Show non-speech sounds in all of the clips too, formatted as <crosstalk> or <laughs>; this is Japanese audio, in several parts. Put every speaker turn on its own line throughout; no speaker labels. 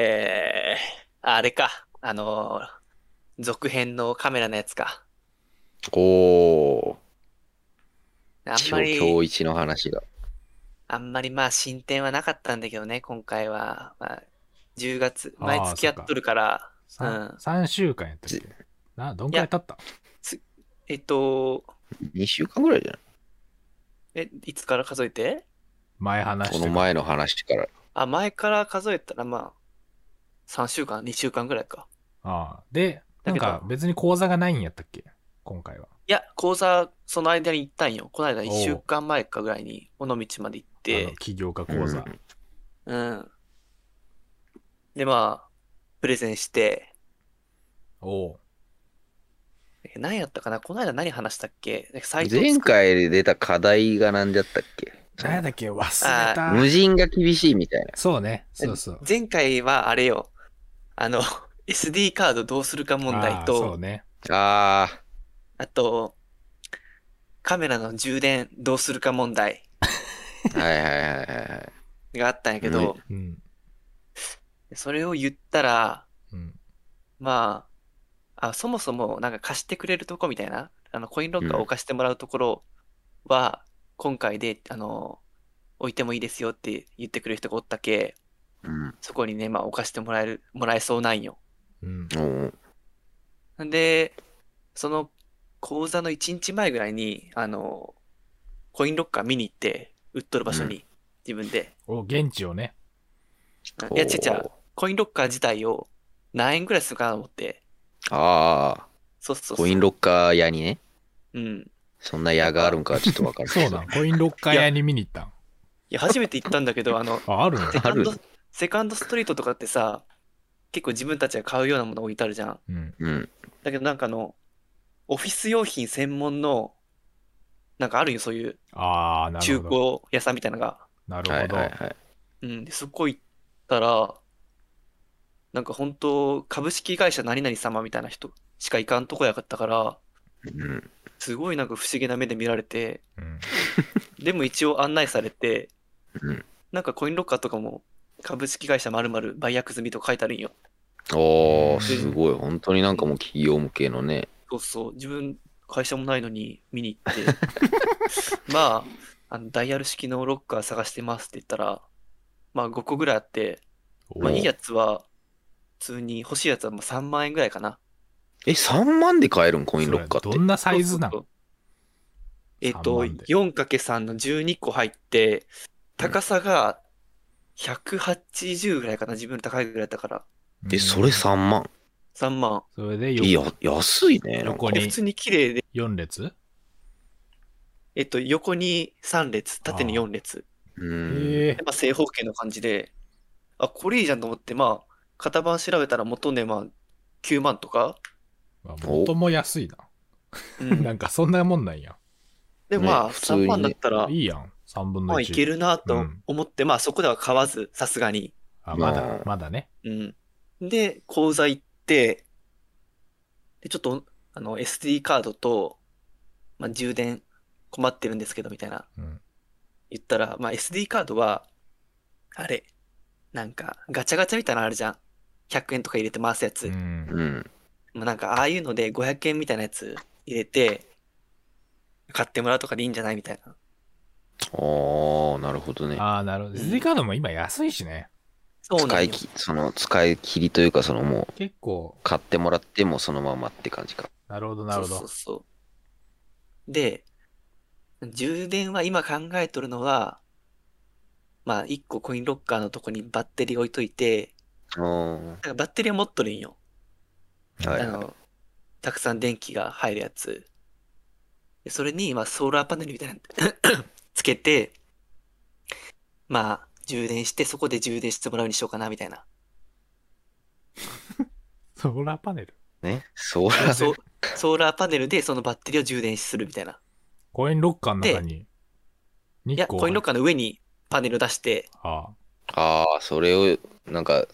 えー、あれか。あのー続編のカメラのやつか。
おー、
あん
超
まり、
今日一の話だ。
あんまりまあ進展はなかったんだけどね、今回は。まあ、10月、
あー
前付き合っとるから、
3,
うん
3週間やったっけなどんくらい経った
えっと、
2週間ぐらいじゃない
え、いつから数えて
前話して
こ
た
の前の話から。
あ、前から数えたらまあ、3週間、2週間ぐらいか。
ああでなん
だ
か
けど
別に講座がないんやったっけ今回はい
や、講座、その間に行ったんよ。この間1
おう
週間前かぐらいに、尾道まで行っ
あの
て、
起業家講座、
うん
うん。で、まあ、プレゼンして、
おう
え何やったかなこの間何話したっけなんかサイトを
前
作っ
回出た課題が何だったっけ
何やったっけ忘れた
無人が厳しいみたいな。
そうねそうそう
前回はあれよ。あの、SD <laughs> カードどうするか問
あ
題
あ
と、
そうね
あー、
あと、カメラの充電どうするか問題
はいはいはいはいはい。
があったんやけど、
うん
それを言ったら、
うん
まあ、あ、そもそもなんか貸してくれるとこみたいな、あの、コインロッカーを貸してもらうところは、今回で、あの、置いてもいいですよって言ってくれる人がおったけ、
うん。
そこにね、まあ、置かしてもらえる、もらえそうなんよ。
うん
おー
んで、その講座の1日前ぐらいに、あの、コインロッカー見に行って、売っとる場所に、自分で。
お現地をね
いや、ちゃちゃ
おー、
コインロッカー自体を何円ぐらいするかなと思って。
あ
そうそうそう。
ー、コインロッカー屋にね、
うん。
そんな屋があるんかちょっとわから
そうなんコインロッカー屋に見に行ったん
いや、初めて行ったんだけど、あの、
ああるんや
セカンド
ある、
セカンドストリートとかってさ、結構自分たちが買うようなもの置いてあるじゃん。
うん
うん。
だけどなんかあの、オフィス用品専門の、なんかあるよ、そういう
ああな
中
るほど
古屋さんみたいなのが。
なる
は
ほ
い
ど、
はいはい。
うん、で、そこ行ったら、なんか本当、株式会社何々様みたいな人しか行かんとこやかったから、
うん。
すごいなんか不思議な目で見られて、
うん
でも一応案内されて、
うん
なんかコインロッカーとかも、株式会社まるまる売約済みとか書いてあるんよ。
おー、すごい。本当になんかもう企業向けのね。
そうそう、自分、会社もないのに見に行って、
<laughs>
まあ、あのダイヤル式のロッカー探してますって言ったら、まあ5個ぐらいあって、まあいいやつは、普通に欲しいやつはもう3万円ぐらいかな。
え、3万で買えるんコインロッカ
そ
ーっ
れど
て。
んなサイズな
そ
の
うそうそうえっと、
3万で
4×3 の12個入って、高さが180ぐらいかな、自分より高いぐらいだから。
え、それ3万。
3万。
それでよ
いや、安いね。なんか
横
え
に
普通に綺麗で、
4列
えっと、横に3列、縦に
あー
4列。
うん。
ええ
でまあ、正方形の感じで、あ、これいいじゃんと思って、まあ、型番調べたら元値、まあ、9万とか。
まあ元も安いな
う
<laughs>
<laughs>
なん
ん。
かそんなもんなんや
で、まあ、
ね普通に
3万だったら、
いいやん3分の1
まあ、いけるな
う
と
ん
思って、まあ、そこでは買わず、さすがに。
あま
ま
だ
あ
まだね
うん。で、口座行って、で、ちょっと、あの、SD カードと、まあ、充電困ってるんですけど、みたいな
うん
言ったら、まあ、SD カードは、あれ、なんか、ガチャガチャみたいなのあるじゃん。100円とか入れて回すや
う
つ。
ん
うん。
まあ、なんか、ああいうので500円みたいなやつ入れて、買ってもらうとかでいいんじゃないみたいな。
あー、なるほどね。
ああなるほど SD カードも今安いしね
そうなん
使
よ
いき、その使い切りというか、そのもう、
結構
買ってもらってもそのままって感じか。
なるほどなるほ
そうそう
ど
そう。で、充電は今考えとるのは、まあ、1個コインロッカーのとこにバッテリー置いといて、
あー
だからバッテリーは持っとるんよ。
は
あ
いはい。
の、たくさん電気が入るやつ。でそれに、まあ、ソーラーパネルみたいなの <coughs> つけて、まあ、充電して、そこで充電してもらうようにしようかな、みたいな。
ソーラーパネル
ね。そう
なん
だ
かそうソーラーパネルでそのバッテリーを充電するみたいな。
コインロッカーの中に
いや、
2個
コインロッカーの上にパネル出して、
あ
ああ、それを、なんか、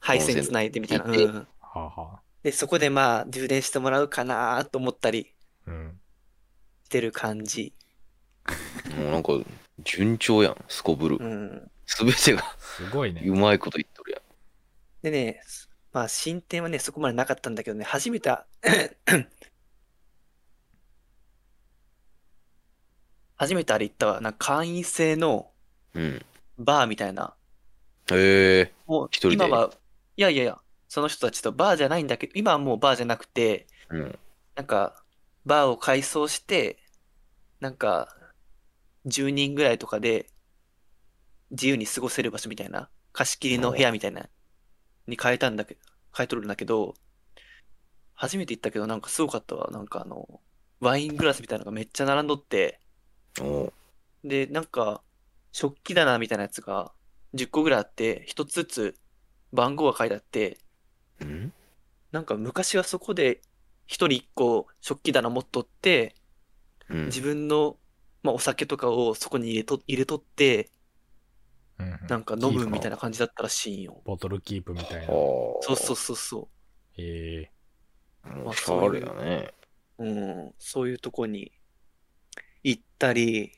配線つないでみたいな。
温泉
うん
あはあはあ
で、そこでまあ、充電してもらうかなと思ったり
うん
してる感じ。
もうなんか、順調やん、すこぶる
う。ん。
すべてが
すごいね
うまいこと言っとる
でね、まあ、進展はね、そこまでなかったんだけどね、初めて、 <coughs> 初めてあれ行ったわ、なんか会員制の
うん。
バーみたいな、
へえ。
もう
一人で
今は、いやいやいや、その人たちとバーじゃないんだけど、今はもうバーじゃなくて、
うん。
なんか、バーを改装して、なんか、10人ぐらいとかで、自由に過ごせる場所みたいな、貸し切りの部屋みたいな、に変えたんだけど、変えとるんだけど、初めて行ったけど、なんかすごかったわ。なんかあの、ワイングラスみたいなのがめっちゃ並んどって、
お
で、なんか、食器棚みたいなやつが10個ぐらいあって、一つずつ番号が書いてあって、
うん
なんか昔はそこで一人一個食器棚持っとって、
うん。
自分の、まあ、お酒とかをそこに入れと入れとって、
うんうん
なんか飲むみたいな感じだったらしいんよ。
ボトルキープみたいな。
はあ。
そうそうそうそ
え
もうしゃれやね。
う。うん。そういうとこに行ったり、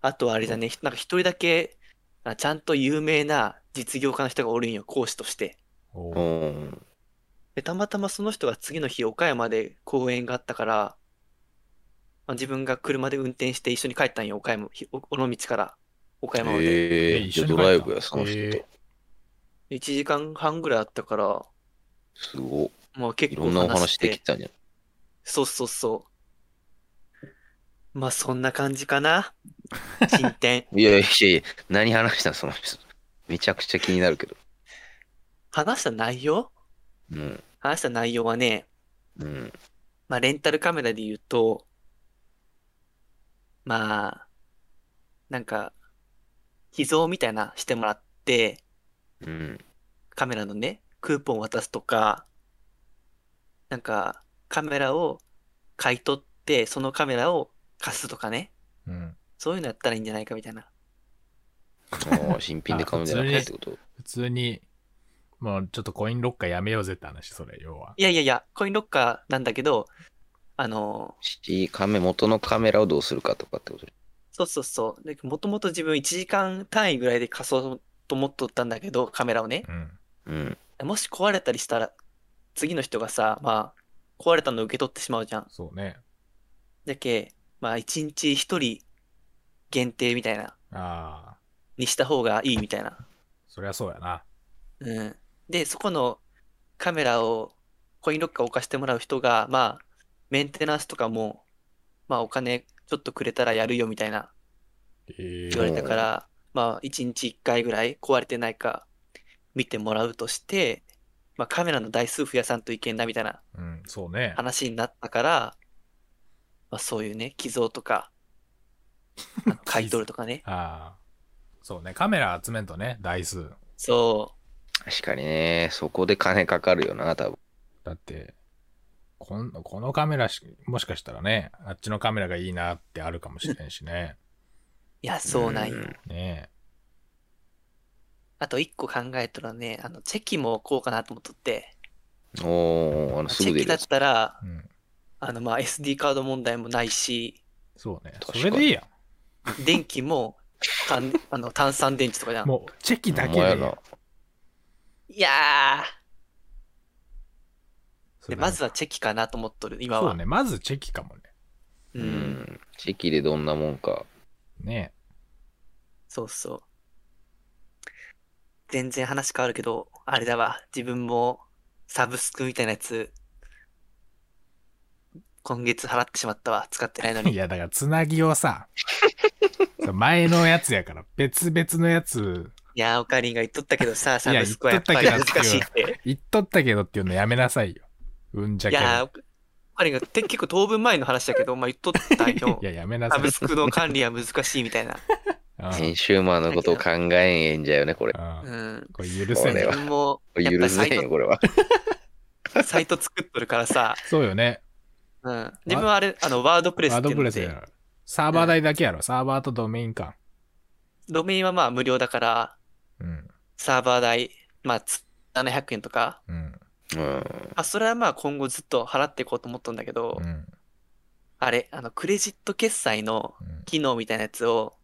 あとはあれだね、なんか一人だけ、あちゃんと有名な実業家の人がおるんよ、講師として。
ー、お
う
ー
ん。
で、たまたまその人が次の日岡山で公演があったから、まあ、自分が車で運転して一緒に帰ったんよ、岡山、ひお尾道から岡山まで。
ええ。じゃあ
一緒に帰
ド
った
ライブや、その人
へえ
と。
1時間半ぐらいあったから、
すごい。
まあ結
い
構
ろんなお
話
話
して
できたんじゃ
そうそうそう。まあそんな感じかな。進
<laughs>
展。
ん。いやいやいやいや、何話したの、その人。めちゃくちゃ気になるけど。
話した内容
うん。
話した内容はね、
うん。
まあレンタルカメラで言うと、まあ、なんか、寄贈みたいなしてもらって、
うん。
カメラのね、クーポン渡すとか、なんか、カメラを買い取って、そのカメラを貸すとかね、
うん。
そういうのやったらいいんじゃないかみたいな。
ああ、新品で買うんじゃなくてっ
<laughs>
てこと。
普通に、もうちょっとコインロッカーやめようぜって話、それ、要は。
いやいやいや、コインロッカーなんだけど、あの
し、カメ、元のカメラをどうするかとかってこと。
そうそうそう。で、もともと自分1時間単位ぐらいで貸そうと思っとったんだけど、カメラをね。
うん。
うん。
もし壊れたりしたら、次の人がさ、まあ、壊れたの受け取ってしまうじゃん。
そうね。
だけ、まあ、1日1人限定みたいな、
ああ、
にした方がいいみたいな。
そりゃそうやな。
うん。で、そこのカメラを、コインロッカーを貸してもらう人が、まあ、メンテナンスとかも、まあ、お金ちょっとくれたらやるよみたいな。
え
言わ
ー、
れたから、まあ、1日1回ぐらい壊れてないか見てもらうとして、まあ、カメラの台数増やさんといけんなみたいな
うん、そうね。
話になったから、まあ、そういうね、寄贈とか、あの買い取るとかね。
ああ、そうね。カメラ集めんとね、台数。
そ
確かにね、そこで金かかるよな、多分。
だって、こんこのカメラし、もしかしたらね、あっちのカメラがいいなってあるかもしれんしね。 <laughs>
う。いや、そうなんよ。
ん
ね
あと1個考えたらね、あの、チェキも置こうかなと思っとって、
おー、あの、す
チェ
ぐ出
キ
る
だ
や
っ
つ。
たら、
え。うん。
あの、まあ、SD カード問題もないし、
そうね。
確か
そ
に
れでいいや
電気も、かんあの、炭酸電池とかじゃ
ん。
ん。
もう、チェキだけ
お前
で
やな。
いやー、
そ
で、
れ
まずはチェキかなと思っとる、今
そ
は
う。ね。まずチェキかもね。
う。
うんん。チェキでどんなもんか。
ね
そうそう。全然話変わるけど、あれだわ。自分もサブスクみたいなやつ、今月払ってしまったわ。使ってないの
<laughs> い
に。
や、だから、つなぎをさ、 <laughs> そう前のやつやから、別々のやつ、
いやー、オカリンが言っとったけどさ、サ
いや
ブスクはやっぱり
言っ
難
とったけど
しいって。
言っとったけどっていうのやめなさいよ。うんじゃ
い
けど。
やー、オカリンがて結構当分前の話だけど、まあ言っとったんよ
<laughs> い。や、やめなさ
サ
い。
ブスクの管理は難しいみたいな。
うん
編集マンのことを考えんえんじゃよね、これ。
う
うんん。
これ許せ
こ
自
ね
れ
え
は。
分も、やっ
許
ぱサ
せ
イ
んよ、これは。
ト、サイト作っとるからさ、
そうよね。
うん。自分はあれ、あの、ワードプレス
ワ
っ
ー
て
ド
いう
プ
の
レス
で
や、ろ。サーバー代だけやろ。サーバーとドメイン間。
ドメインはまあ無料だから、
うん。
サーバー代、まあ、つ700円とか、
うん。
うん。
あ、それはまあ今後ずっと払っていこうと思ったんだけど、
うん。
あれ、あの、クレジット決済の
うん
機能みたいなやつを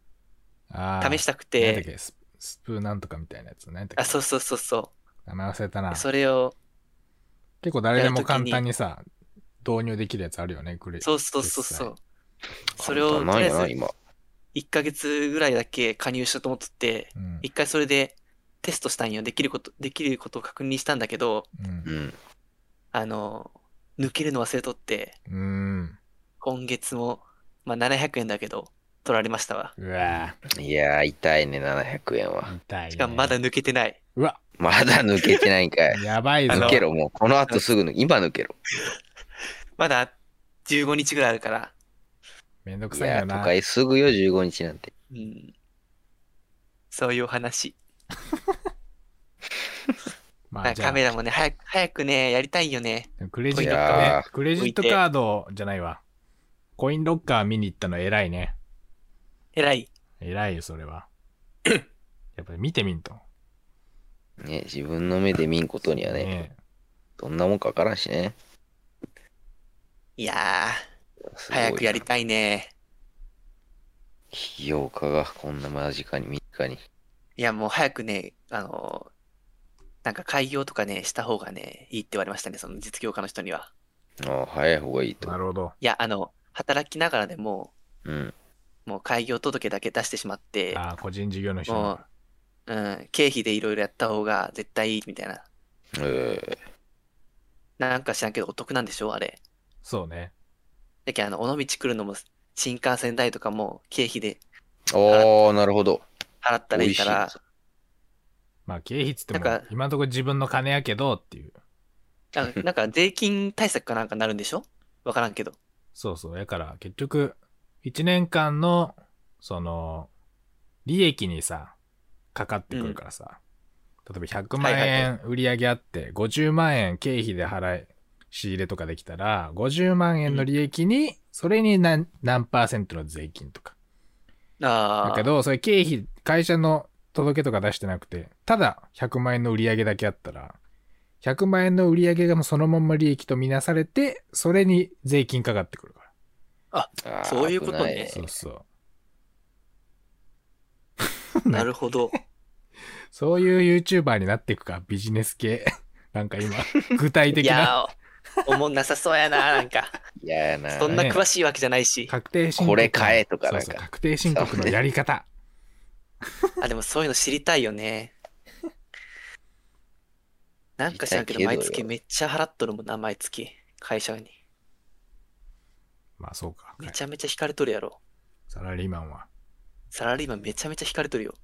あー
試したく、
なんだってけススプーなんとかみたいなやつ。なんだっけ
あ、そうそうそうそう。
名前忘れたな。
それを、
結構誰でも簡単にさ、導入できるやつあるよね、クレ
そうそうそうそう。それ
簡
を、
単
と
なん
りあえ
やな、
ず
今。
1ヶ月ぐらいだけ加入しようと思ってて、
うん。
一回それでテストしたんよ。できること、できることを確認したんだけど、
うん
う。ん。
あの、抜けるの忘れとって、
うん。
今月も、まあ、700円だけど、取られましたわ。
うわ
いやー、痛いね、700円は。
ぁ、痛い、ね。
しかもまだ抜けてない。
うわ、
まだ抜けてないんかい。
やばいぞ。
あの
抜けろ、もう。この後すぐ抜け、今抜けろ。
まだ15日ぐらいあるから、
めんどく
い
さい
や
よ
ー、
な。
都会すぐよ、15日なんて。
うん。そういうお話。
ま
な
あ、
ん
じ
か
ゃあ
カメラもね、早く、早くね、やりたいよね。
クレジット
い
カー
や
ド、クレジットカードじゃないわ。コインロッカー見に行ったの偉いね。
偉い。
偉いよ、そ
<coughs>
れは。やっぱり見てみんと。
ね、自分の目で見んことにはね、
ね
どんなもんかわからんしね。
いや
す
ー、
ごいな
早くやりたいね。
起業家がこんな間近に、身近に。
いや、もう早くね、あのーなんか開業とかね、した方がね、いいって言われましたね、その実業家の人には。
ああ、早い方がいいと
な。るほど。
いや、あの、働きながらでも、
うん。
もう開業届だけ出してしまって、
ああ、個人事業の人
も
の
う。、うん、経費でいろいろやった方が絶対いいみたいな。
え
なんか知らんけどお得なんでしょあれ。
そうね。
だけど、あの、尾道来るのも、新幹線代とかも経費で
ー、おー、なるほど。
払ったらいいから、
まあ、経費っつっても
なんか、
今のところ自分の金やけどっていう。
なんかなんか税金対策かなんかなるんでしょわからんけど。
そうそう。だから、結局、1年間の、その、利益にさ、かかってくるからさ。例えば100万
はいはい
円売り上げあって、50万円経費で払い、仕入れとかできたら、50万円の利益に、それに何何パーセントの税金とか。
ああ。
だけど、それ経費、会社の届けとか出してなくて、ただ100万円の売り上げだけあったら、100万円の売り上げがもうそのまんま利益とみなされて、それに税金かかってくるから。
あー
そういうことね
危ない
そうそう。
なるほど。
そういう YouTuber になっていくか、ビジネス系。 <laughs> なん
<laughs>
か今、具体
い
的な。
やー、おもんなさそうやな、なんか。
嫌やな。
そんな詳しいわけじゃないし。
確定申告の。
これ買えとかなんか
そうそう確定申告のやり方。
あ、でもそういうの知りたいよね。なんか知らんけど、
知りた
毎
いけどよ
月めっちゃ払っとるもんな、毎月。会社に。
まあそうか。
めちゃめちゃ引かれとるやろ。
サラリーマンは。
サラリーマンめちゃめちゃ引かれとるよ。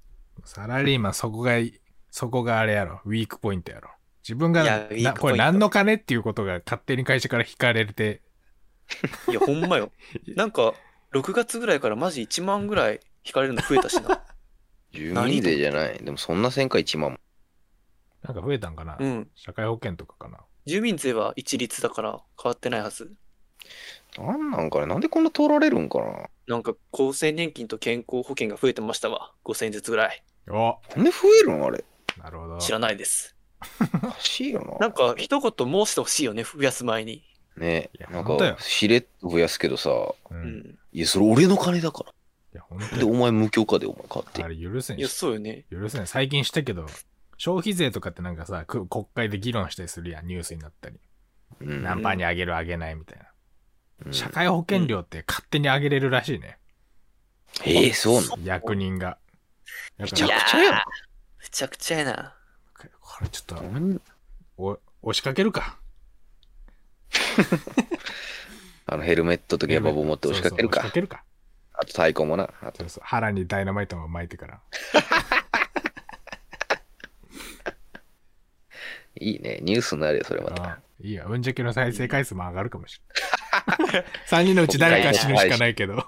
サラリーマン、そこがい、そこがあれやろ。ウィークポイントやろ。自分が
いやウィークポイン
な、
ト
これ何の金っていうことが勝手に会社から引かれて、
いや、ほんまよ。なんか、6月ぐらいからマジ1万ぐらい引かれるの増えたし <laughs> な。
住民税じゃない。でもそんな1000か1万も。
なんか増えたんかな、
うん。
社会保険とかかな
住民税は一律だから変わってないはず。
なんなんかね。なんでこんな取られるんかな。
なんか、厚生年金と健康保険が増えてましたわ。5000円ずつぐらい。
お
なんで増えるんあれ。
なるほど。
知らないです。
おかしいよな。
なんか、一言申してほしいよね、増やす前に。
ね
いや
なん
ほんとよ
か、しれっと増やすけどさ、
う。
うんん。
いや、それ俺の金だから。
いや、本当
で、お前無許可でお前買って
あ。れ許せん
いや、そうよね。
許せん最近したけど、消費税とかってなんかさ、く国会で議論したりするやん、ニュースになったり。
うん
何パーに上げる上げないみたいな。
うん
社会保険料って勝手に上げれるらしいね。
えー、そうなの
役人が。やっ
めちゃ
ぱ
くちゃやん
いやめちゃくちゃやな。
これちょっと、
なん
お、押しかけるか。
あのヘルメットとゲバボ持って押しかける
そうそう押しか
か。
けるか。
あと太鼓もな。あと
そうそう腹にダイナマイトを巻いてから。
いいね。ニュースになるよ、それまた。
あいいや、うんじゃけの再生回数も上がるかもしれない。3人のうち誰か死ぬしかないけど。